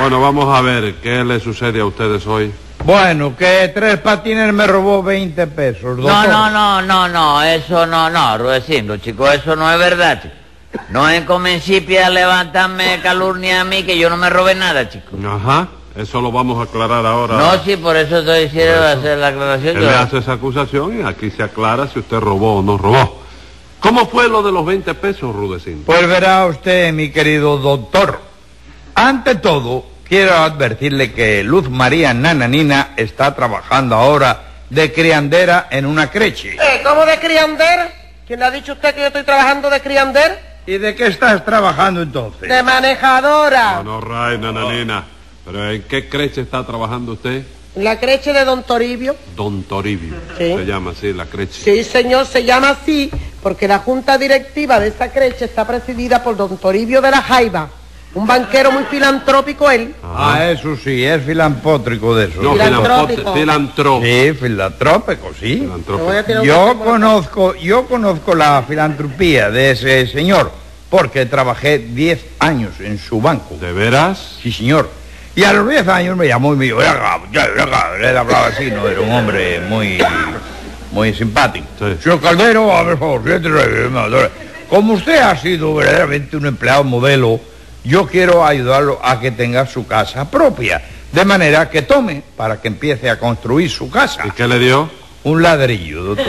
Bueno, vamos a ver qué le sucede a ustedes hoy. Bueno, que Tres Patines me robó 20 pesos. No, doctor. no, no, no, no, eso no, no, Rudecindo, chico, eso no es verdad, chico. No encomencipia a levantarme calurnia a mí que yo no me robé nada, chico. Ajá, eso lo vamos a aclarar ahora. No, sí, por eso estoy diciendo hacer la aclaración. Ah. Él yo le la- hace esa acusación y aquí se aclara si usted robó o no robó. ¿Cómo fue lo de los 20 pesos, Rudecindo? Pues verá usted, mi querido doctor. Ante todo, quiero advertirle que Luz María Nananina está trabajando ahora de criandera en una creche. Eh, ¿Cómo de criander? ¿Quién le ha dicho a usted que yo estoy trabajando de criander? ¿Y de qué estás trabajando entonces? De manejadora. No, no, Ray, nananina. ¿Pero en qué creche está trabajando usted? La creche de don Toribio. Don Toribio. Sí. Se llama así la creche. Sí, señor, se llama así porque la junta directiva de esa creche está presidida por don Toribio de la Jaiba, un banquero muy filantrópico él. Ajá. Ah, eso sí, es filantrópico de eso. No, Filantrópico. filantropo- filantro- Sí, filantrópico, sí. Le filantrópico. voy a tirar un Yo golpe por la- conozco, yo conozco la filantropía de ese señor, porque trabajé 10 años en su banco. ¿De veras? Sí, señor. Y a los 10 años me llamó y me dijo, "Ven acá, muchacho, ven acá". Él hablaba así, ¿no? Era un hombre muy, muy simpático. Sí. Señor Caldero, a ver, por favor, siéntese, me adora. Como usted ha sido verdaderamente un empleado modelo, yo quiero ayudarlo a que tenga su casa propia. De manera que tome para que empiece a construir su casa. ¿Y qué le dio? Un ladrillo, doctor.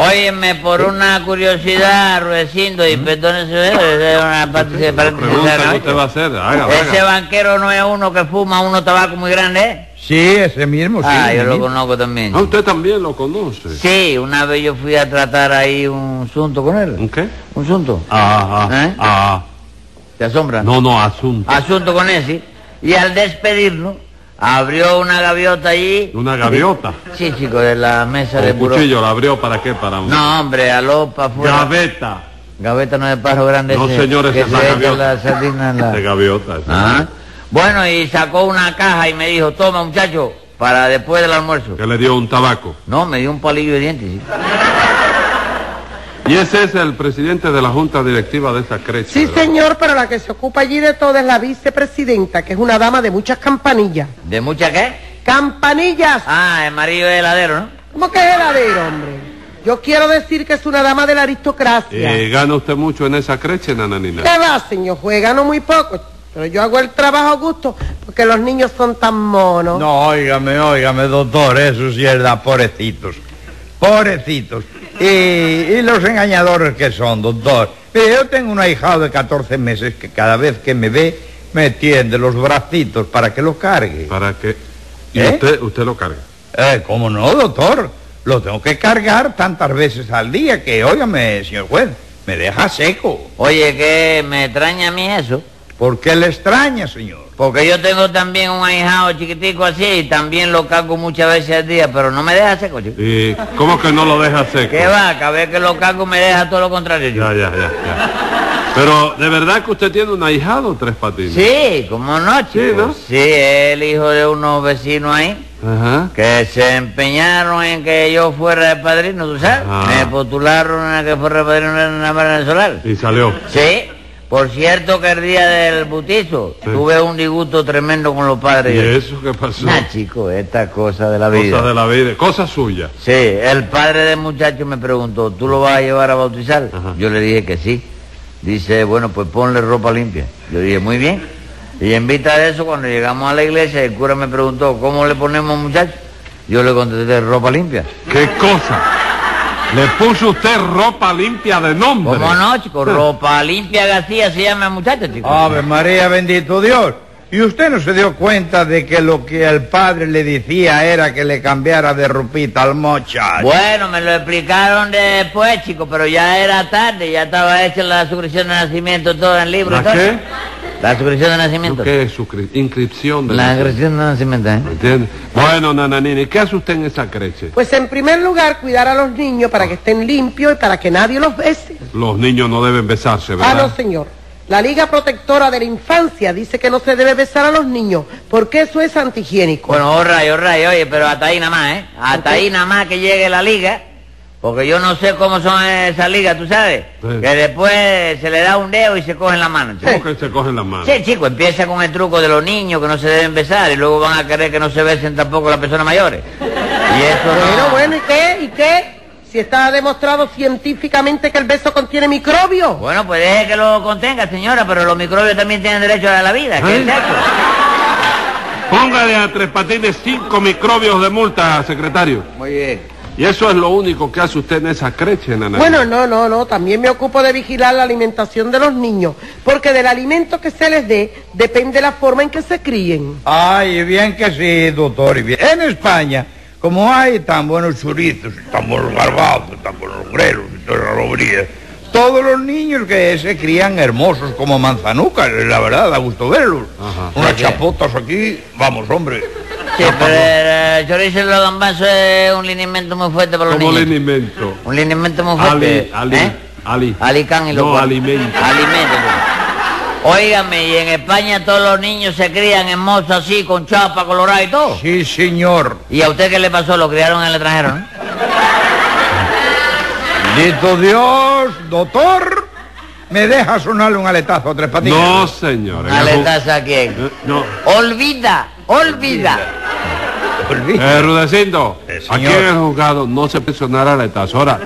Óyeme, ¿Eh? por una curiosidad, Rudecindo, y perdónese, es una parte ¿Mm? Pregunta que usted va a hacer. Haga, Ese haga. banquero no es uno que fuma uno tabaco muy grande, ¿eh? Sí, ese Oh, mismo, sí. ah, ese yo lo mismo. conozco también. Ah, usted también lo conoce. Sí, una vez yo fui a tratar ahí un asunto con ¿Un él. qué? ¿Un asunto? Ah, ah, ¿Eh? ah. ¿Te asombra? No, no, asunto. Asunto con ese. Y al despedirnos, abrió una gaviota allí. Una gaviota. Sí, chico, de la mesa de El buró. cuchillo la abrió para qué? Para un... No, hombre, aló, para afuera. Gaveta. Gaveta no es pájaro grande. No, ese, señores, que es la se echa gaviota. Este la sardina en la- De gaviota. Ah. Bueno, y sacó una caja y me dijo, toma, muchacho, para después del almuerzo. Que le dio un tabaco. No, me dio un palillo de dientes. chico. Y ese es el presidente de la junta directiva de esa creche. Sí, ¿verdad? señor, pero la que se ocupa allí de todo es la vicepresidenta, que es una dama de muchas campanillas. ¿De mucha qué? ¡Campanillas! Ah, el marido de heladero, ¿no? ¿Cómo que es heladero, hombre? Yo quiero decir que es una dama de la aristocracia. Eh, ¿Gana usted mucho en esa creche, nananina? ¿Qué va, señor? Juega no muy poco. Pero yo hago el trabajo a gusto porque los niños son tan monos. No, óigame, óigame, doctor, eso sí es da, pobrecitos. Pobrecitos. Y, y los engañadores que son, doctor. Mire, yo tengo una hija de 14 meses que cada vez que me ve me tiende los bracitos para que lo cargue. ¿Para qué? ¿Y ¿Eh? usted, usted lo carga? Eh, ¿Cómo no, doctor? Lo tengo que cargar tantas veces al día que, óigame, señor juez, me deja seco. Oye, que me extraña a mí eso. ¿Por qué le extraña, señor? Porque yo tengo también un ahijado chiquitico así y también lo cargo muchas veces al día, pero no me deja seco, chico. ¿Y cómo que no lo deja seco? ¿Qué va? Cada vez que lo cargo me deja todo lo contrario, chico. Ya, ya, ya, ya. Pero, ¿de verdad que usted tiene un ahijado, Tres Patines? Sí, como no, chico. Sí, ¿no? es el hijo de unos vecinos ahí Ajá. que se empeñaron en que yo fuera el padrino, ¿tú sabes? Ah. Me postularon a que fuera el padrino de una manera solar. Y salió. Sí, por cierto que el día del butizo Sí. tuve un disgusto tremendo con los padres. ¿Y eso qué pasó? Nah, chico, esta cosa de la vida. Cosa de la vida, cosa suya. Sí, el padre del muchacho me preguntó, ¿tú lo vas a llevar a bautizar? Ajá. Yo le dije que sí. Dice, bueno, pues ponle ropa limpia. Yo dije, muy bien. Y en vista de eso, cuando llegamos a la iglesia, el cura me preguntó, ¿cómo le ponemos muchacho? Yo le contesté, ropa limpia. ¿Qué cosa? Le puso usted ropa limpia de nombre. ¿Cómo no, chico? Ropa limpia García se llama el muchacho, chico. Ah, Ave María, bendito Dios. ¿Y usted no se dio cuenta de que lo que el padre le decía era que le cambiara de rupita al mocha? Bueno, me lo explicaron después, chico, pero ya era tarde, ya estaba hecha la suscripción de nacimiento, todo en libro. ¿La y todo. qué? La suscripción de nacimiento. ¿Qué es su cri- inscripción? De La suscripción de nacimiento, ¿eh? ¿Me entiende? Bueno, nananini, ¿qué hace usted en esa creche? Pues en primer lugar, cuidar a los niños para que estén limpios y para que nadie los bese. Los niños no deben besarse, Ah, ¿verdad? no, señor. La Liga Protectora de la Infancia dice que no se debe besar a los niños porque eso es antihigiénico. Bueno, oh rayo, oh rayo, oye, pero hasta ahí nada más, ¿eh? Hasta ahí nada más que llegue la liga, Porque yo no sé cómo son esas ligas, ¿tú sabes? Sí. Que después se le da un dedo y se cogen la mano. chico. ¿Cómo que se cogen las manos? Sí, chico, empieza con el truco de los niños que no se deben besar y luego van a querer que no se besen tampoco las personas mayores. Y eso Bueno, no... bueno, ¿y qué? ¿Y qué? Si está demostrado científicamente que el beso contiene microbios. Bueno, pues deje que lo contenga, señora, pero los microbios también tienen derecho a la vida. ¿Qué Ay. es eso? Póngale a Tres Patines cinco microbios de multa, secretario. Muy bien. Y eso es lo único que hace usted en esa creche, nana. Bueno, no, no, no, también me ocupo de vigilar la alimentación de los niños, porque del alimento que se les dé depende la forma en que se críen. Ay, bien que sí, doctor. y bien. En España, como hay tan buenos churritos, y tan buenos garbanzos, tan buenos grelos, y todas esas robrías, todos los niños que se crían hermosos como manzanucas, la verdad, da gusto verlos. Ajá. Unas Sí. chapotas aquí, vamos, hombre. Sí, pero el eh, chorizo y los gambazos es un linimento muy fuerte para los Como niños. alimento. Un linimento muy Ali, fuerte. Ali, ¿eh? Ali. Alicán y los No, cuatro. alimento. Alimento, pues. Óigame, y en España todos los niños se crían hermosos así, con chapa colorada y todo. Sí, señor. ¿Y a usted qué le pasó? Lo criaron en el extranjero, ¿no? Bendito Dios, doctor. ¿Me deja sonarle un aletazo a tres patitas? No, señor. es ¿Le un- estás a quién? Eh, No. Olvida, olvida. Olvida. Eh, Rudecindo, Eh, señor. aquí en el juzgado no se presionará la tasora.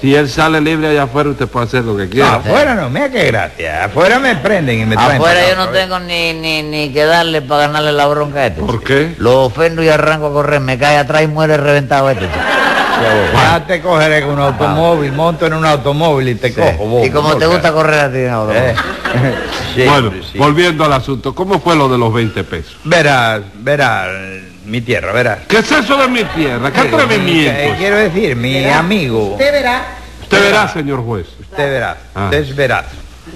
Si él sale libre allá afuera, usted puede hacer lo que quiera. afuera no, mira qué gracia. Afuera me prenden y me traen. Afuera para yo acá no otra vez. tengo ni, ni, ni que darle para ganarle la bronca a este. ¿Por qué? Lo ofendo y arranco a correr, me cae atrás y muere reventado este. chico. Ya te cogeré con un automóvil, monto en un automóvil y te cojo. bobo, Ah. Oh, y como no, te gusta cara. correr a ti, no, Eh, sí, bueno, sí. volviendo al asunto, ¿cómo fue lo de los 20 pesos? Verás, verás, mi tierra, verás. ¿Qué es eso de mi tierra? ¿Qué Eh, atrevimiento? quiero decir, mi Verá, amigo, Usted verá, Usted verá, señor juez. usted verá, Ah. usted es veraz.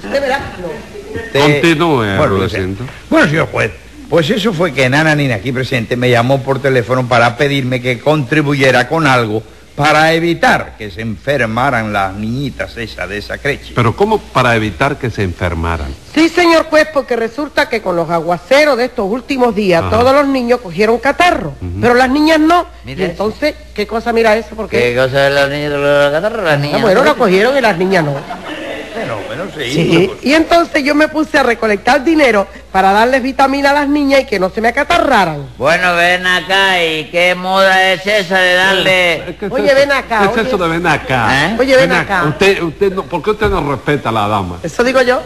usted verá. No. Te- Continúe, Este, lo Rudecindo. sé. Bueno, señor juez, pues eso fue que Nana Nina, aquí presente, me llamó por teléfono para pedirme que contribuyera con algo para evitar que se enfermaran las niñitas esas de esa creche. Pero ¿cómo para evitar que se enfermaran? Sí, señor juez, porque resulta que con los aguaceros de estos últimos días, Ajá. todos los niños cogieron catarro, pero las niñas no. Mira y eso. entonces, ¿qué cosa mira eso? ¿Qué Porque cosa de los niños de los catarros? Las niñas. bueno, lo cogieron y las niñas no. Fenómeno, sí. Sí, y entonces yo me puse a recolectar dinero para darles vitamina a las niñas y que no se me acatarraran. Bueno, ven acá, ¿y qué moda es esa de darle...? ¿Qué es Oye, eso? ven acá, ¿Qué es oye. eso de ven acá? ¿Eh? Oye, ven acá. Usted, usted no, ¿Por qué usted no respeta a la dama? Eso digo yo.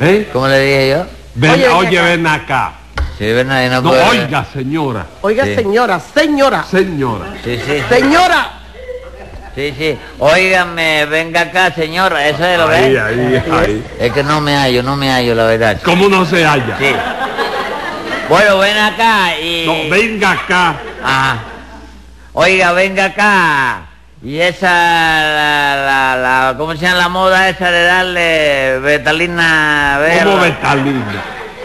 ¿Eh? ¿Cómo le dije yo? Ven- Oye, oye, ven acá. ven acá. Sí, ven ahí, no No, puedo- oiga, señora. Oiga, Sí. señora, señora, Señora. Sí, sí, señora. sí, sí. Óigame, venga acá, señora, eso es lo Ahí, que ahí, ahí. es. Es que no me hallo, no me hallo, la verdad. chico. ¿Cómo no se halla? Sí. Bueno, ven acá y... No, venga acá. Ajá. Oiga, venga acá. Y esa, la, la, la- ¿cómo se llama la moda esa de darle betalina? vea, Como la- betalina.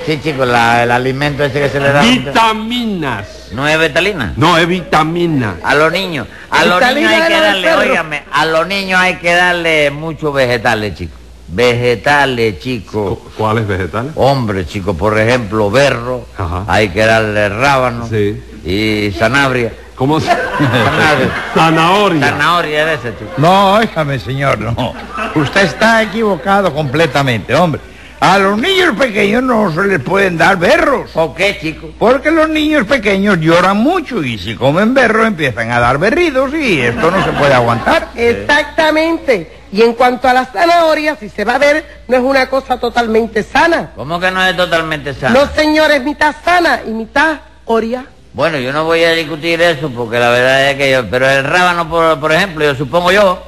Sí, chicos, la- el alimento ese que se le da. Vitaminas. No es betalina. No, es vitamina. A los niños. A los Vitalina niños era hay que del darle, perro. óigame, a los niños hay que darle muchos vegetales, chicos. Vegetales, chicos. Cu- ¿Cuáles vegetales? Hombre, chicos, por ejemplo, berro. Ajá. Hay que darle rábano. Sí. Y zanabria. ¿Cómo se... Zanahoria. Zanahoria. Zanahoria de ese, chico. pues, No, óigame, señor, no. Usted está equivocado completamente, hombre. A los niños pequeños no se les pueden dar berros. ¿Por qué, chico? Porque los niños pequeños lloran mucho y si comen berro empiezan a dar berridos y esto no se puede aguantar. Exactamente. Y en cuanto a las zanahorias, si se va a ver, no es una cosa totalmente sana. ¿Cómo que no es totalmente sano? No, señor, es mitad sana y mitad oria. Bueno, yo no voy a discutir eso porque la verdad es que yo... Pero el rábano, por, por ejemplo, yo supongo yo,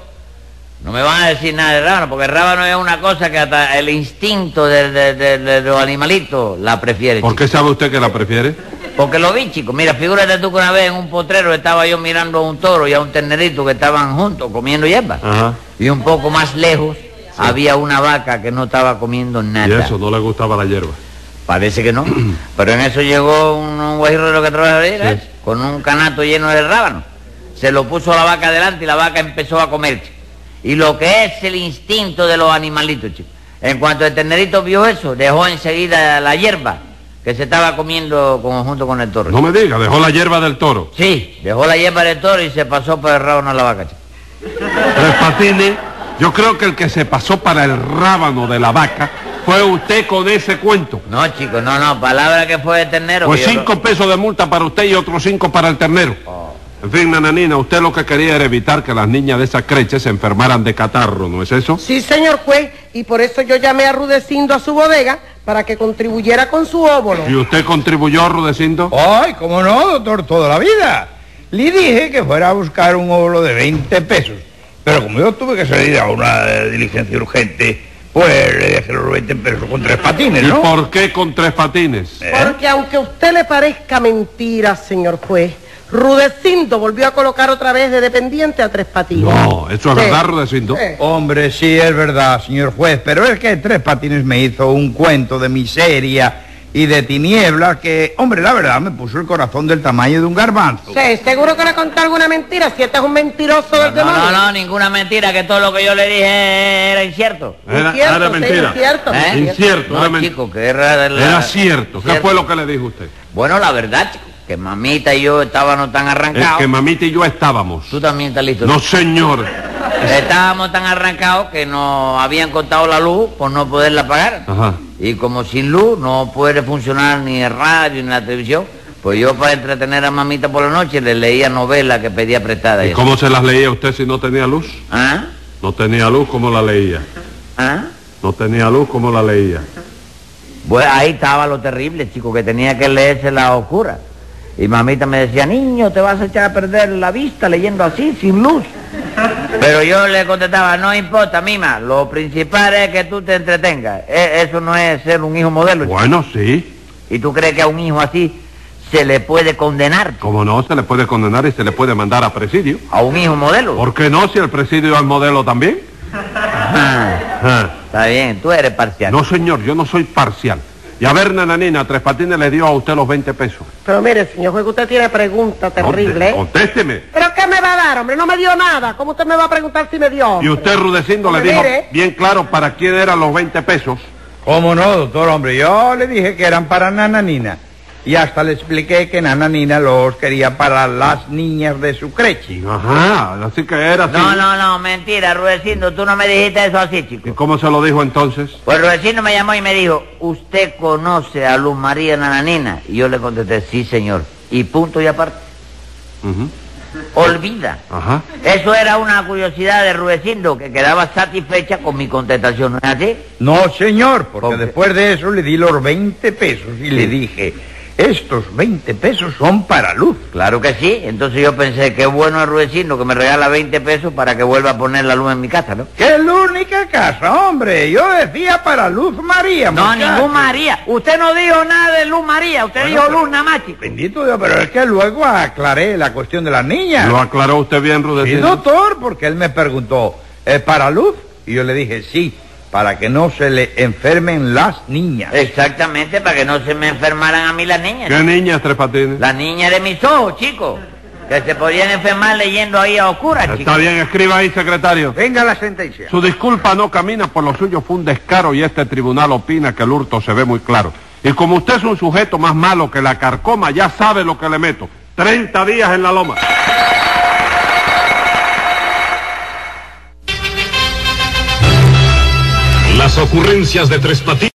no me van a decir nada del rábano, porque el rábano es una cosa que hasta el instinto de, de- de- de los animalitos la prefiere. ¿Por chico. qué sabe usted que la prefiere? Porque lo vi, chico. Mira, figúrate tú que una vez en un potrero estaba yo mirando a un toro y a un ternerito que estaban juntos comiendo hierba. Ajá. Y un poco más lejos había una vaca que no estaba comiendo nada. Y eso, no le gustaba la hierba. Parece que no. Pero en eso llegó un, un guajirrero que trabaja ahí, ¿eh? Sí. con un canato lleno de rábano. Se lo puso a la vaca delante y la vaca empezó a comer. chico. Y lo que es el instinto de los animalitos, chico. En cuanto el ternerito vio eso, dejó enseguida la hierba que se estaba comiendo con- junto con el toro. No me diga, dejó la hierba del toro. Sí, dejó la hierba del toro y se pasó por el rábano a la vaca. chico. Tres Patines, yo creo que el que se pasó para el rábano de la vaca fue usted con ese cuento. No, chico, no, no, palabra que fue de ternero. Pues que yo cinco pesos de multa para usted y otros cinco para el ternero. En fin, nananina, usted lo que quería era evitar que las niñas de esa creche se enfermaran de catarro, ¿no es eso? Sí, señor juez, y por eso yo llamé a Rudecindo a su bodega para que contribuyera con su óvulo. ¿Y usted contribuyó, Rudecindo? Ay, cómo no, doctor, toda la vida. Le dije que fuera a buscar un óvulo de 20 pesos. Pero como yo tuve que salir a una eh, diligencia urgente, pues le dejé los 20 pesos con tres patines, ¿Y ¿no? por qué con tres patines? ¿Eh? Porque aunque a usted le parezca mentira, señor juez, Rudecindo volvió a colocar otra vez de dependiente a tres patines. No, eso es Sí. verdad, Rudecindo. Sí. Hombre, sí, es verdad, señor juez, pero es que Tres Patines me hizo un cuento de miseria y de tinieblas que, hombre, la verdad, me puso el corazón del tamaño de un garbanzo. Sí, seguro que le contó alguna mentira, si este es un mentiroso del No, demonio. no, no, ninguna mentira, que todo lo que yo le dije era incierto. Era, Incierto, era sí, mentira. incierto. ¿Eh? Incierto, No, era men- chico, que era... la- Era cierto. ¿Qué fue lo que le dijo usted? Bueno, la verdad, chico, que mamita y yo estábamos tan Es arrancados. que mamita y yo estábamos. Tú también estás listo. No, señor. Estábamos tan arrancados que nos habían cortado la luz por no poderla pagar. Ajá. Y como sin luz no puede funcionar ni el radio ni la televisión, pues yo para entretener a mamita por la noche le leía novelas que pedía prestadas. y ¿Y eso. cómo se las leía usted si no tenía luz? ¿Ah? No tenía luz, ¿cómo la leía? ¿Ah? No tenía luz, ¿cómo la leía? Bueno, Pues ahí estaba lo terrible, chico, que tenía que leerse la oscura. Y mamita me decía, niño, te vas a echar a perder la vista leyendo así, sin luz. Pero yo le contestaba, no importa, mima, lo principal es que tú te entretengas. E- eso no es ser un hijo modelo. chico. Bueno, sí. ¿Y tú crees que a un hijo así se le puede condenar chico? Como no, se le puede condenar y se le puede mandar a presidio. a un hijo modelo? ¿Por qué no si el presidio es modelo también? Ah, Ajá. está bien, tú eres parcial. No, señor, yo no soy parcial. Y a ver, nananina, Tres Patines le dio a usted los 20 pesos. Pero mire, señor juez, que usted tiene pregunta terrible, Conte- ¿eh? Contésteme. ¿Pero qué me va a dar, hombre? No me dio nada. ¿Cómo usted me va a preguntar si me dio? Y hombre? usted, Rudecindo, le Hombre, dijo mire. bien claro para quién eran los 20 pesos. ¿Cómo no, doctor? Hombre, yo le dije que eran para Nananina. Y hasta le expliqué que Nananina los quería para las niñas de su creche. Ajá, así que era así. No, no, no, mentira, Rudecindo, tú no me dijiste eso así, ¿Y chico. cómo se lo dijo entonces? Pues Rudecindo me llamó y me dijo, ¿usted conoce a Luz María Nananina? Y yo le contesté, sí, señor. Y punto y aparte. Ujú, Olvida. Ajá. Eso era una curiosidad de Rudecindo, que quedaba satisfecha con mi contestación, ¿no es así? No, señor, porque Hombre. después de eso le di los 20 pesos y le dije, estos 20 pesos son para luz. Claro que sí. Entonces yo pensé, qué bueno es Rudecindo, que me regala 20 pesos para que vuelva a poner la luz en mi casa, ¿no? ¡Que es la única casa, hombre! Yo decía para Luz María, No, muchacho. ningún María. Usted no dijo nada de Luz María, usted Bueno, dijo pero- Luz nada más, chico. Bendito Dios, pero es que luego aclaré la cuestión de las niñas. Lo aclaró usted bien, Sí, Rudecindo. doctor, porque él me preguntó, ¿es para Luz? Y yo le dije, sí, para que no se le enfermen las niñas. Eh. Exactamente, para que no se me enfermaran a mí las niñas. ¿Qué niñas, Tres Patines? Las niñas de mis ojos, chicos. Que se podían enfermar leyendo ahí a oscuras, chicos. Está bien, escriba ahí, secretario. Venga la sentencia. Su disculpa no camina por lo suyo, fue un descaro y este tribunal opina que el hurto se ve muy claro. Y como usted es un sujeto más malo que la carcoma, ya sabe lo que le meto. 30 días en la loma. Las ocurrencias de Tres Patines.